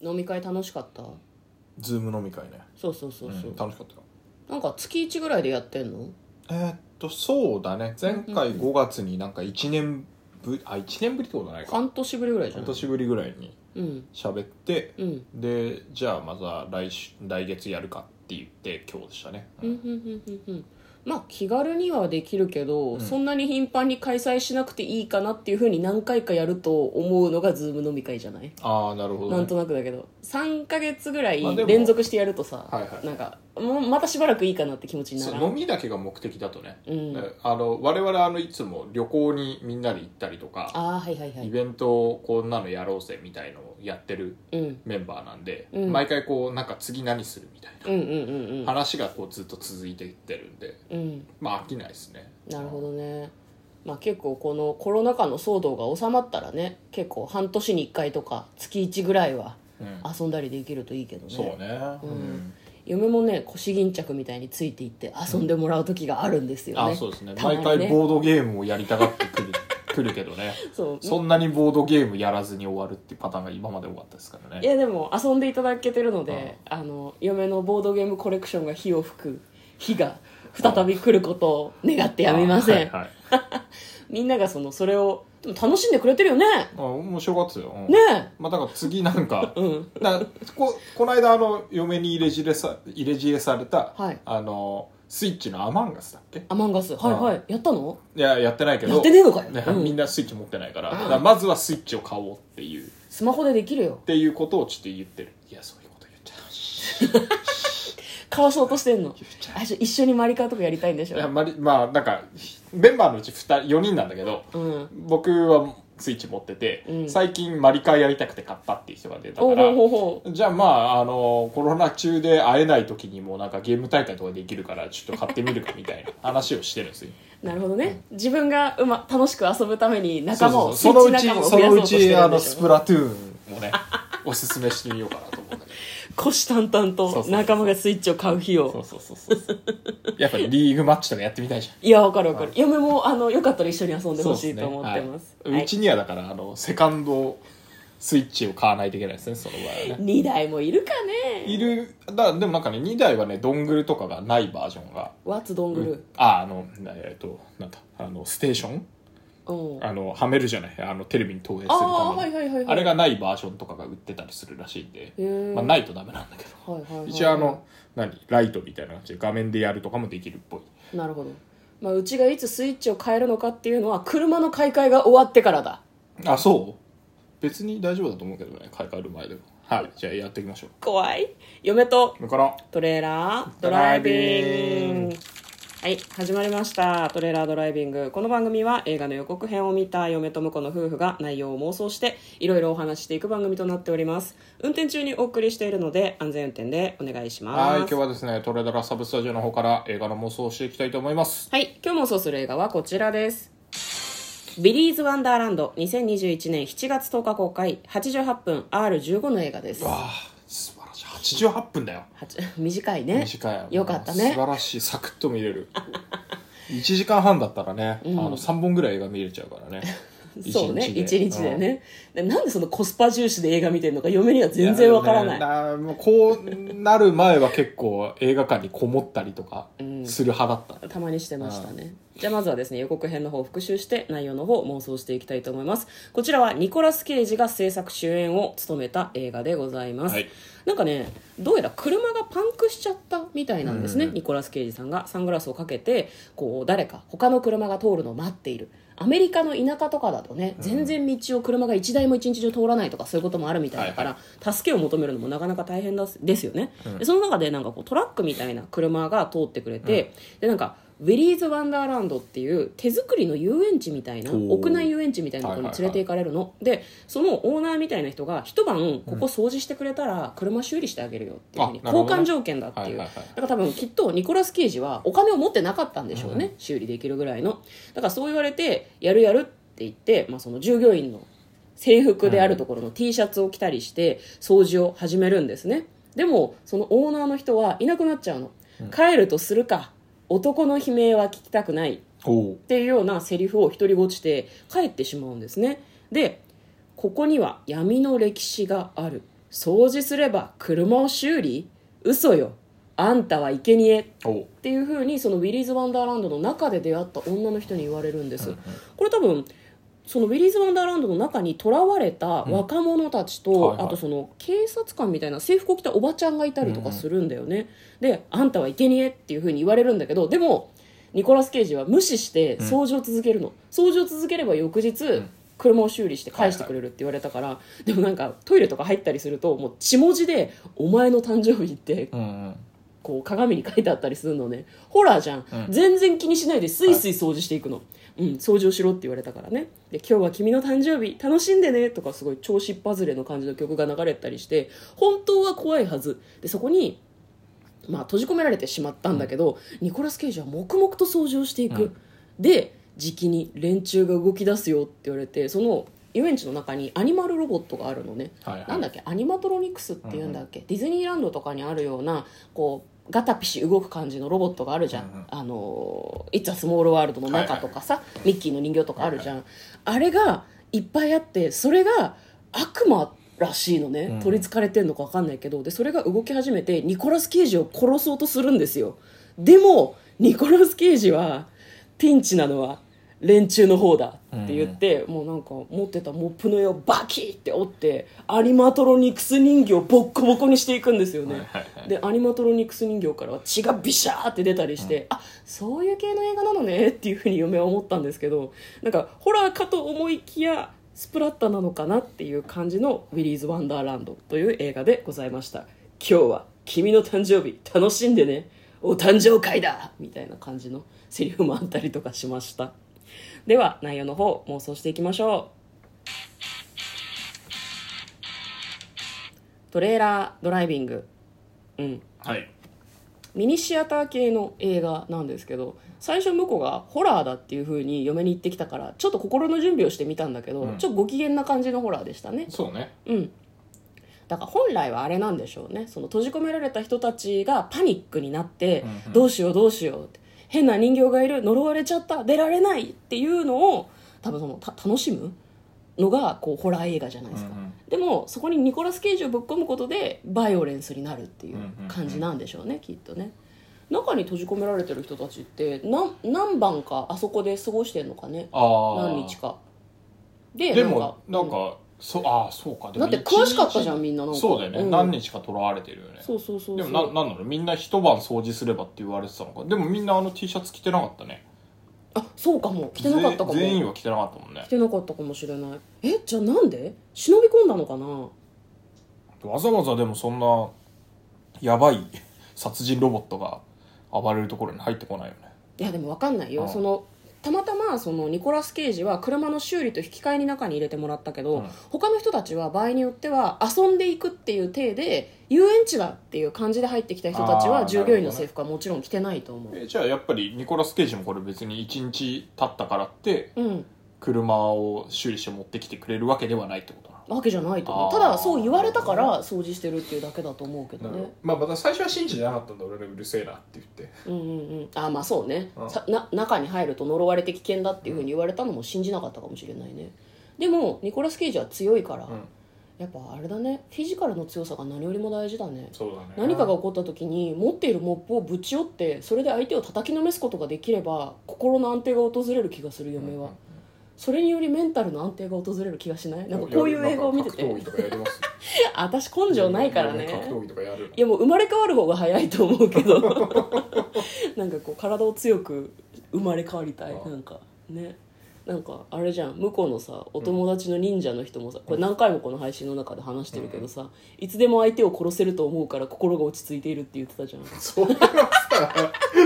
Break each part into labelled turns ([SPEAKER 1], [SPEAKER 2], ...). [SPEAKER 1] 飲み会楽しかった
[SPEAKER 2] ズーム飲み会ね
[SPEAKER 1] そうそうそうそう、
[SPEAKER 2] ん楽しかったよ
[SPEAKER 1] なんか月1ぐらいでやってんの
[SPEAKER 2] えーっとそうだね前回5月になんか1年ぶりあ1年ぶりってことはないか
[SPEAKER 1] 半年ぶりぐらいじゃ
[SPEAKER 2] 半
[SPEAKER 1] ない
[SPEAKER 2] 年ぶりぐらいに
[SPEAKER 1] うん
[SPEAKER 2] 喋って
[SPEAKER 1] うん
[SPEAKER 2] でじゃあまた来週来月やるかって言って今日でしたね、
[SPEAKER 1] うんうんうんうんうんまあ気軽にはできるけど、
[SPEAKER 2] ん
[SPEAKER 1] そんなに頻繁に開催しなくていいかなっていうふうに何回かやると思うのがズーム飲み会じゃない
[SPEAKER 2] ああなるほど、
[SPEAKER 1] なん
[SPEAKER 2] ね、
[SPEAKER 1] となくだけど3ヶ月ぐらい
[SPEAKER 2] まあでも
[SPEAKER 1] 連続してやるとさ、
[SPEAKER 2] はいはい
[SPEAKER 1] なんかもうまたしばらくいいかなって気持ちにな
[SPEAKER 2] そ
[SPEAKER 1] ら
[SPEAKER 2] うん飲みだけが目的だとね、
[SPEAKER 1] うん
[SPEAKER 2] だからあの我々あのいつも旅行にみんなで行ったりとか
[SPEAKER 1] ああはいはいは
[SPEAKER 2] イ
[SPEAKER 1] い
[SPEAKER 2] ベントをこんなのやろうぜみたいのをやってる
[SPEAKER 1] うんうん
[SPEAKER 2] メンバーなんで、
[SPEAKER 1] うん
[SPEAKER 2] 毎回こうなんか次何するみたいな
[SPEAKER 1] うんうん
[SPEAKER 2] 話がこうずっと続いていってるんで
[SPEAKER 1] うんうん
[SPEAKER 2] まあ飽きないですね
[SPEAKER 1] なるほどねまあ結構このコロナ禍の騒動が収まったらね結構半年に1回とか月1ぐらいは
[SPEAKER 2] うん
[SPEAKER 1] 遊んだりできるといいけど
[SPEAKER 2] そう
[SPEAKER 1] ね
[SPEAKER 2] ね、
[SPEAKER 1] うん
[SPEAKER 2] うん
[SPEAKER 1] 嫁もね腰巾着みたいについていって遊んでもらう時があるんですよね、
[SPEAKER 2] あそうですね
[SPEAKER 1] たまに
[SPEAKER 2] 毎
[SPEAKER 1] ね
[SPEAKER 2] 回ボードゲームをやりたがっ てくるくるけどね
[SPEAKER 1] そう
[SPEAKER 2] そんなにボードゲームやらずに終わるってパターンが今まで多かったですから
[SPEAKER 1] い
[SPEAKER 2] ね
[SPEAKER 1] やでも遊んでいただけてるので、あの嫁のボードゲームコレクションが火を吹く日が再び来ることを願ってやみません、
[SPEAKER 2] あはいはい
[SPEAKER 1] みんながそのそれをでも楽しんでくれてるよね
[SPEAKER 2] あ面白かったよ、うん
[SPEAKER 1] ね
[SPEAKER 2] まあ、だから次なんか
[SPEAKER 1] えうん
[SPEAKER 2] だここの間あの嫁に入れ知れさ入れ知恵された、
[SPEAKER 1] はい
[SPEAKER 2] あのスイッチのアマンガスだっけ
[SPEAKER 1] アマンガスはいはいやったの
[SPEAKER 2] いややってないけど
[SPEAKER 1] やってねえのかよ
[SPEAKER 2] ね
[SPEAKER 1] うん
[SPEAKER 2] みんなスイッチ持ってな いから,、だからまずはスイッチを買おうっていうっ
[SPEAKER 1] スマホでできるよ
[SPEAKER 2] ていうことをちょっと言ってるいやそういうこと言っちゃうし
[SPEAKER 1] かわそうとしてんの
[SPEAKER 2] 言っちゃう
[SPEAKER 1] あじゃあ一緒にマリカーとかやりたいんでし
[SPEAKER 2] いや
[SPEAKER 1] ょ
[SPEAKER 2] まりまあなんかメンバーのうち2人4人なんだけど
[SPEAKER 1] うん
[SPEAKER 2] 僕はスイッチ持ってて、
[SPEAKER 1] うん
[SPEAKER 2] 最近マリカーやりたくて買ったっていう人が出た
[SPEAKER 1] お
[SPEAKER 2] か
[SPEAKER 1] うほ
[SPEAKER 2] ら
[SPEAKER 1] うほうほう
[SPEAKER 2] じゃあまああのコロナ中で会えない時にもなんかゲーム大会とかできるからちょっと買ってみるかみたいな話をしてるんですよ
[SPEAKER 1] なるほどね、自分がうま楽しく遊ぶために 仲間を
[SPEAKER 2] そうそうそう
[SPEAKER 1] スイ
[SPEAKER 2] そ
[SPEAKER 1] ッ
[SPEAKER 2] のう
[SPEAKER 1] チ
[SPEAKER 2] ち
[SPEAKER 1] 仲間を増やそうとしてる
[SPEAKER 2] そのうちあ
[SPEAKER 1] んで
[SPEAKER 2] の
[SPEAKER 1] しょ
[SPEAKER 2] スプラトゥー ンをねおすすめしてみようかなと思うんだけど
[SPEAKER 1] 虎視眈々
[SPEAKER 2] そうそう
[SPEAKER 1] と
[SPEAKER 2] そう
[SPEAKER 1] 仲間がスイッチを買う日を
[SPEAKER 2] そうそうそうそうそうやっぱりリーグマッチとかやってみたいじゃん
[SPEAKER 1] いやわかるわかる、嫁もあのよかったら一緒に遊んでほしいと思ってます
[SPEAKER 2] そうですねはいうちにはだからあのセカンドスイッチを買わないといけないですねその場合はね
[SPEAKER 1] 2台もいるかね
[SPEAKER 2] いるだでもなんかね2台はねドングルとかがないバージョンが
[SPEAKER 1] ワッツドングル
[SPEAKER 2] ああのなえっとなんだあのステーション
[SPEAKER 1] うんあ
[SPEAKER 2] あのはめるじゃないあのテレビに投影するため
[SPEAKER 1] あ
[SPEAKER 2] の
[SPEAKER 1] ーはいはいはいはい
[SPEAKER 2] あれがないバージョンとかが売ってたりするらしいんで、
[SPEAKER 1] へえ
[SPEAKER 2] まあ、ないとダメなんだけど
[SPEAKER 1] はいはいはいはい
[SPEAKER 2] 一応あの何ライトみたいな感じで画面でやるとかもできるっぽい
[SPEAKER 1] なるほど、まあ、うちがいつスイッチを変えるのかっていうのは車の買い替えが終わってからだ
[SPEAKER 2] あそう別に大丈夫だと思うけどね買い替える前でもはいじゃあやっていきましょう
[SPEAKER 1] 怖い嫁と
[SPEAKER 2] これから
[SPEAKER 1] トレーラード
[SPEAKER 2] ド
[SPEAKER 1] ラ
[SPEAKER 2] ラ
[SPEAKER 1] イ
[SPEAKER 2] イ
[SPEAKER 1] ビ
[SPEAKER 2] ビ
[SPEAKER 1] ン
[SPEAKER 2] ン
[SPEAKER 1] グ
[SPEAKER 2] グ
[SPEAKER 1] はい始まりましたトレーラードライビングこの番組は映画の予告編を見た嫁と婿の夫婦が内容を妄想していろいろお話ししていく番組となっております運転中にお送りしているので安全運転でお願いします
[SPEAKER 2] はい今日はですねトレーダラサブスタジオの方から映画の妄想をしていきたいと思います
[SPEAKER 1] はい、今日もそうする映画はこちらです。ビリーズ・ワンダーランド2021年7月10日公開88分 R15 の映画です。
[SPEAKER 2] ああ素晴らしい88分だよ
[SPEAKER 1] はち短いね。
[SPEAKER 2] 短い
[SPEAKER 1] よかったね
[SPEAKER 2] 素晴らしいサクッと見れ る1時間半だったらね、あの3本ぐらい映画見れちゃう からね
[SPEAKER 1] そうね、一日で
[SPEAKER 2] うん
[SPEAKER 1] ね、でなんでそのコスパ重視で映画見てるのか嫁には全然わからない。
[SPEAKER 2] いやでもねな もうこうなる前は結構映画館にこもったりとかする派だった、
[SPEAKER 1] たまにしてましたねじゃあまずはですね予告編の方を復習して内容の方を妄想していきたいと思いますこちらはニコラス・ケイジが制作主演を務めた映画でございます、
[SPEAKER 2] はい
[SPEAKER 1] なんかねどうやら車がパンクしちゃったみたいなんですね、ニコラス・ケイジさんがサングラスをかけてこう誰か他の車が通るのを待っているアメリカの田舎とかだとね、全然道を車が1台も1日中通らないとかそういうこともあるみたいだから、助けを求めるのもなかなか大変だすですよね、でその中でなんかこうトラックみたいな車が通ってくれて、でなんかウィリーズ・ワンダーランドっていう手作りの遊園地みたいな
[SPEAKER 2] おー
[SPEAKER 1] 屋内遊園地みたいなところに連れて行かれるの、でそのオーナーみたいな人が一晩ここ掃除してくれたら車修理してあげるよっていうふうに
[SPEAKER 2] あなるほどね
[SPEAKER 1] 交換条件だっていう、
[SPEAKER 2] はいはいはい
[SPEAKER 1] だから多分きっとニコラス・ケイジはお金を持ってなかったんでしょうね、修理できるぐらいのだからそう言われてやるやるって言って、まあ、その従業員の制服であるところの T シャツを着たりして掃除を始めるんですねでもそのオーナーの人はいなくなっちゃうの、帰るとするか男の悲鳴は聞きたくない
[SPEAKER 2] おう
[SPEAKER 1] っていうようなセリフを独り言して帰ってしまうんですねでここには闇の歴史がある掃除すれば車を修理嘘よあんたは生贄っ
[SPEAKER 2] おう
[SPEAKER 1] ていうふうにそのウィリーズ・ワンダーランドの中で出会った女の人に言われるんです、これ多分そのウィリーズ・ワンダーランドの中に囚われた若者たちと、
[SPEAKER 2] うんはいはい
[SPEAKER 1] あとその警察官みたいな制服を着たおばちゃんがいたりとかするんだよね、で「あんたは生贄っていうふうに言われるんだけどでもニコラス・ケイジは無視して掃除を続けるの、掃除を続ければ翌日、
[SPEAKER 2] ん
[SPEAKER 1] 車を修理して返してくれるって言われたから、でもなんかトイレとか入ったりするともう血文字で「お前の誕生日」って
[SPEAKER 2] うんうん
[SPEAKER 1] こう鏡に書いてあったりするのねホラーじゃん、
[SPEAKER 2] うん
[SPEAKER 1] 全然気にしないでスイスイ掃除していくの、うん掃除をしろって言われたからねで今日は君の誕生日楽しんでねとかすごい調子っぱずれの感じの曲が流れたりして本当は怖いはずでそこにまあ閉じ込められてしまったんだけど、ニコラス・ケイジは黙々と掃除をしていく、
[SPEAKER 2] うん
[SPEAKER 1] でじきに連中が動き出すよって言われてその遊園地の中にアニマルロボットがあるのね、
[SPEAKER 2] はいはい
[SPEAKER 1] なんだっけアニマトロニクスっていうんだっけ、ディズニーランドとかにあるようなこうガタピシ動く感じのロボットがあるじゃん「
[SPEAKER 2] うんうん
[SPEAKER 1] あのいつはスモールワールド」の中とかさ、ミッキーの人形とかあるじゃん、あれがいっぱいあってそれが悪魔らしいの
[SPEAKER 2] う
[SPEAKER 1] ね
[SPEAKER 2] ん
[SPEAKER 1] 取りつかれてんのか分かんないけどでそれが動き始めてニコラス・ケイジを殺そうとするんですよでもニコラス・ケイジはピンチなのは連中の方だって言って、もうなんか持ってたモップの絵をバキッて折ってアニマトロニクス人形をボッコボコにしていくんですよね、
[SPEAKER 2] はいはいはい
[SPEAKER 1] でアニマトロニクス人形からは血がビシャーって出たりして、あそういう系の映画なのねっていうふうに嫁は思ったんですけどなんかホラーかと思いきやスプラッタなのかなっていう感じの「ウィリーズ・ワンダーランド」という映画でございました今日は「君の誕生日楽しんでねお誕生会だ!」みたいな感じのセリフもあったりとかしましたでは内容の方妄想していきましょうトレーラードライビングうん
[SPEAKER 2] はい
[SPEAKER 1] ミニシアター系の映画なんですけど最初向こうがホラーだっていう風に嫁に言ってきたからちょっと心の準備をしてみたんだけど、
[SPEAKER 2] うん
[SPEAKER 1] ちょっとご機嫌な感じのホラーでしたね
[SPEAKER 2] そうね
[SPEAKER 1] うんだから本来はあれなんでしょうねその閉じ込められた人たちがパニックになって、
[SPEAKER 2] うんうん
[SPEAKER 1] どうしようどうしようって変な人形がいる呪われちゃった出られないっていうのを多分そのた楽しむのがこうホラー映画じゃないですか、
[SPEAKER 2] うんうん
[SPEAKER 1] でもそこにニコラス・ケイジをぶっ込むことでバイオレンスになるっていう
[SPEAKER 2] うんうんうん
[SPEAKER 1] 感じなんでしょうねきっとね中に閉じ込められてる人たちって何何晩かあそこで過ごしてんのかね
[SPEAKER 2] あー
[SPEAKER 1] 何日かで
[SPEAKER 2] でも
[SPEAKER 1] な
[SPEAKER 2] なんん
[SPEAKER 1] か
[SPEAKER 2] かそああそうかで
[SPEAKER 1] だ
[SPEAKER 2] も
[SPEAKER 1] って詳しかったじゃん
[SPEAKER 2] 一日
[SPEAKER 1] みんななんか
[SPEAKER 2] そうだよね、
[SPEAKER 1] うん
[SPEAKER 2] 何日かとらわれてるよね
[SPEAKER 1] そうそうそうそう
[SPEAKER 2] でもななんだろうみんな一晩掃除すればって言われてたのかでもみんなあの T シャツ着てなかったね
[SPEAKER 1] あそうかも来てなかったかも
[SPEAKER 2] ぜ全員
[SPEAKER 1] 来
[SPEAKER 2] は着てなかったもんね
[SPEAKER 1] てなかったかもしれないえじゃあなんで忍び込んだのかな
[SPEAKER 2] わざわざでもそんなやばい 殺人ロボットが暴れるところに入ってこないよね
[SPEAKER 1] いやでも分かんないよ、
[SPEAKER 2] うん
[SPEAKER 1] そのたまたまそのニコラス・ケイジは車の修理と引き換えに中に入れてもらったけど、
[SPEAKER 2] うん
[SPEAKER 1] 他の人たちは場合によっては遊んでいくっていう体で遊園地だっていう感じで入ってきた人たち
[SPEAKER 2] あ
[SPEAKER 1] は
[SPEAKER 2] ー
[SPEAKER 1] 従業員の制服はもちろん着てないと思う、
[SPEAKER 2] えーじゃあやっぱりニコラス・ケイジもこれ別に1日経ったからって
[SPEAKER 1] うん
[SPEAKER 2] 車を修理して持ってきてくれるわけではないってことな
[SPEAKER 1] わけじゃないと思う
[SPEAKER 2] あー
[SPEAKER 1] ただそう言われたから掃除してるっていうだけだと思うけどね
[SPEAKER 2] まあまた最初は信じてなかったんだ俺らうるせえなって言って
[SPEAKER 1] うんうんうんあーまあそうね、
[SPEAKER 2] うん
[SPEAKER 1] さな中に入ると呪われて危険だっていうふうに言われたのも信じなかったかもしれないねでもニコラス・ケイジは強いから、
[SPEAKER 2] うん
[SPEAKER 1] やっぱあれだねフィジカルの強さが何よりも大事だね
[SPEAKER 2] そうだね
[SPEAKER 1] 何かが起こった時に持っているモップをぶち折ってそれで相手を叩きのめすことができれば心の安定が訪れる気がする嫁は、それによりメンタルの安定が訪れる気がしないなんかこういう映画を見てて
[SPEAKER 2] とかやります
[SPEAKER 1] いや私根性ないからね
[SPEAKER 2] 技とかやる
[SPEAKER 1] いやもう生まれ変わる方が早いと思うけどなんかこう体を強く生まれ変わりたい
[SPEAKER 2] ああ
[SPEAKER 1] なんかねなんかあれじゃん向こうのさお友達の忍者の人もさこれ何回もこの配信の中で話してるけどさいつでも相手を殺せると思うから心が落ち着いているって言ってたじゃん
[SPEAKER 2] そんなさ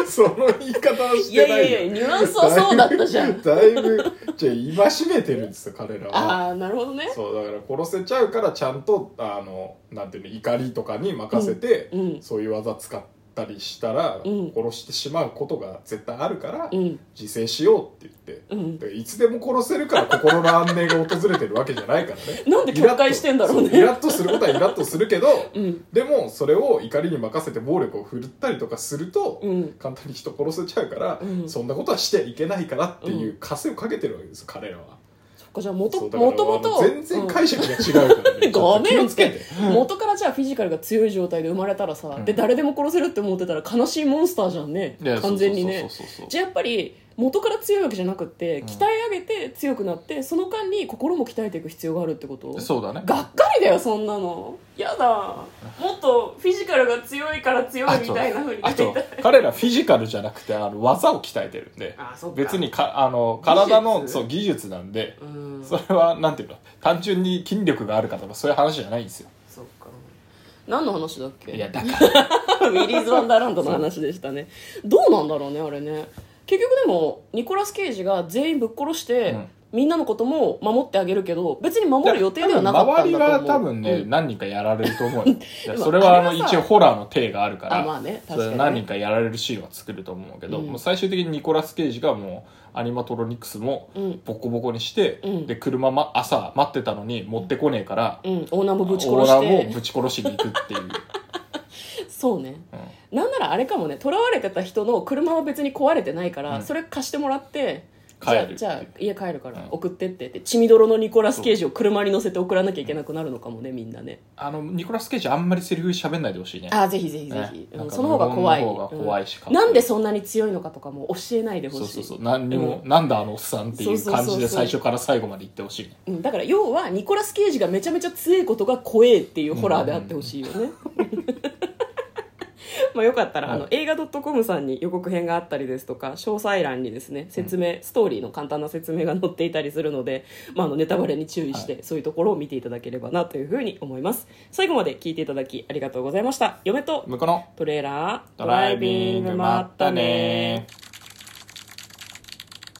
[SPEAKER 2] その言い方はし
[SPEAKER 1] いや
[SPEAKER 2] て
[SPEAKER 1] い
[SPEAKER 2] ないよ
[SPEAKER 1] やいやニュアンスはそうだったじゃん
[SPEAKER 2] だいぶじゃあ戒めてるんですよ彼らは
[SPEAKER 1] ああなるほどね
[SPEAKER 2] そうだから殺せちゃうからちゃんとあのなんていうの怒りとかに任せて、
[SPEAKER 1] うんうん
[SPEAKER 2] そういう技使ったりしたら、
[SPEAKER 1] うん
[SPEAKER 2] 殺してしまうことが絶対あるから、
[SPEAKER 1] うん
[SPEAKER 2] 自制しようって言って、
[SPEAKER 1] うん
[SPEAKER 2] だからいつでも殺せるから心の安寧が訪れてるわけじゃないからね
[SPEAKER 1] なんで曲解してんだろうね
[SPEAKER 2] イラッとそうイラッとす ることはイラッとするけど、
[SPEAKER 1] うん
[SPEAKER 2] でもそれを怒りに任せて暴力を振るったりとかすると、
[SPEAKER 1] うん
[SPEAKER 2] 簡単に人殺せちゃうから、
[SPEAKER 1] うん
[SPEAKER 2] そんなことはしてはいけないからっていう枷をかけてるわけですよ彼らは、
[SPEAKER 1] かじゃあもと
[SPEAKER 3] そう
[SPEAKER 1] も
[SPEAKER 3] だから
[SPEAKER 1] ともと
[SPEAKER 3] あの全然解釈が違うからね、ちょ
[SPEAKER 1] ご
[SPEAKER 3] っと
[SPEAKER 1] め
[SPEAKER 3] 気
[SPEAKER 1] ん
[SPEAKER 3] を
[SPEAKER 1] っ
[SPEAKER 3] つけ
[SPEAKER 1] て
[SPEAKER 3] て
[SPEAKER 1] 元からじゃあフィジカルが強い状態で生まれたらさ、
[SPEAKER 2] うん
[SPEAKER 1] で誰でも殺せるって思ってたら悲しいモンスターじゃんね
[SPEAKER 2] いや
[SPEAKER 1] 完全にね
[SPEAKER 2] そうそうそうそう
[SPEAKER 1] じゃあやっぱり元から強いわけじゃなくって
[SPEAKER 2] うん
[SPEAKER 1] 鍛え上げて強くなってその間に心も鍛えていく必要があるってこと
[SPEAKER 2] そうだね
[SPEAKER 1] がっかりだよそんなのやだもっとフィジカルが強いから強
[SPEAKER 2] あ
[SPEAKER 1] いみ
[SPEAKER 2] と
[SPEAKER 1] たいなふうに
[SPEAKER 2] あと彼らフィジカルじゃなくてあの技を鍛えてるんで
[SPEAKER 1] あそっか
[SPEAKER 2] 別にかあの体の
[SPEAKER 1] 技術
[SPEAKER 2] そう技術なんで
[SPEAKER 1] うん
[SPEAKER 2] それはなんていうの単純に筋力があるかとかそういう話じゃないんですよ
[SPEAKER 1] そっか何の話だっけ
[SPEAKER 2] いやだから
[SPEAKER 1] ウィリーズ・ワンダーランドの話でしたねどうなんだろうねあれね結局でもニコラス・ケイジが全員ぶっ殺して、
[SPEAKER 2] うん
[SPEAKER 1] みんなのことも守ってあげるけど別に守る予定ではなかったんだと思う
[SPEAKER 2] 周りが多分ね、
[SPEAKER 1] うん
[SPEAKER 2] 何人かやられると思うよいや
[SPEAKER 1] でも
[SPEAKER 2] それはあの
[SPEAKER 1] あれは
[SPEAKER 2] 一
[SPEAKER 1] さ
[SPEAKER 2] 応ホラーの体があるから
[SPEAKER 1] あまあね
[SPEAKER 2] そ
[SPEAKER 1] 確かに
[SPEAKER 2] れ
[SPEAKER 1] ね
[SPEAKER 2] 何人かやられるシーンは作ると思うけど、
[SPEAKER 1] うん
[SPEAKER 2] もう最終的にニコラス・ケイジがもうアニマトロニクスも
[SPEAKER 1] うん
[SPEAKER 2] ボコボコにして、
[SPEAKER 1] うん
[SPEAKER 2] で車、ま、朝待ってたのに持ってこねえから、
[SPEAKER 1] うん、オーナーもぶち
[SPEAKER 2] オ
[SPEAKER 1] 殺
[SPEAKER 2] ーナ
[SPEAKER 1] し
[SPEAKER 2] ーも
[SPEAKER 1] て
[SPEAKER 2] ぶち殺しに行くっていう、
[SPEAKER 1] そうね
[SPEAKER 2] うん
[SPEAKER 1] なんならあれかもね囚われてた人の車は別に壊れてないから、
[SPEAKER 2] うん
[SPEAKER 1] それ貸してもらって
[SPEAKER 2] 帰る
[SPEAKER 1] じゃあじゃあ家帰るから
[SPEAKER 2] うん
[SPEAKER 1] 送ってってって血みどろのニコラス・ケイジを車に乗せて送らなきゃいけなくなるのかもねみんなね
[SPEAKER 2] あのニコラス・ケイジあんまりセリフ喋んないでほしいね
[SPEAKER 1] あーぜひぜひぜ
[SPEAKER 2] ね
[SPEAKER 1] ひ、
[SPEAKER 2] な
[SPEAKER 1] うんん、
[SPEAKER 2] か
[SPEAKER 1] その方が怖い
[SPEAKER 2] 無言の方が怖いし
[SPEAKER 1] うんなんでそんなに強いのかとかも教えないでほし
[SPEAKER 2] そ
[SPEAKER 1] いう
[SPEAKER 2] そうそう何にも、なんだあのおっさんっていう
[SPEAKER 1] そう
[SPEAKER 2] 感
[SPEAKER 1] そう
[SPEAKER 2] じ
[SPEAKER 1] そうそ
[SPEAKER 2] で
[SPEAKER 1] う
[SPEAKER 2] 最初から最後まで言ってほしいね
[SPEAKER 1] うんだから要はニコラス・ケイジがめちゃめちゃ強いことが怖えっていうホラーであってほしいよね、 まあよかったらあの、
[SPEAKER 2] は
[SPEAKER 1] 映画 .com さんに予告編があったりですとか詳細欄にですね説明、ストーリーの簡単な説明が載っていたりするので、まあ、あのネタバレに注意して、そういうところを見ていただければなというふうに思います最後まで聞いていただきありがとうございました嫁と
[SPEAKER 2] 向こうの
[SPEAKER 1] トレーラード
[SPEAKER 2] ドライビングまったね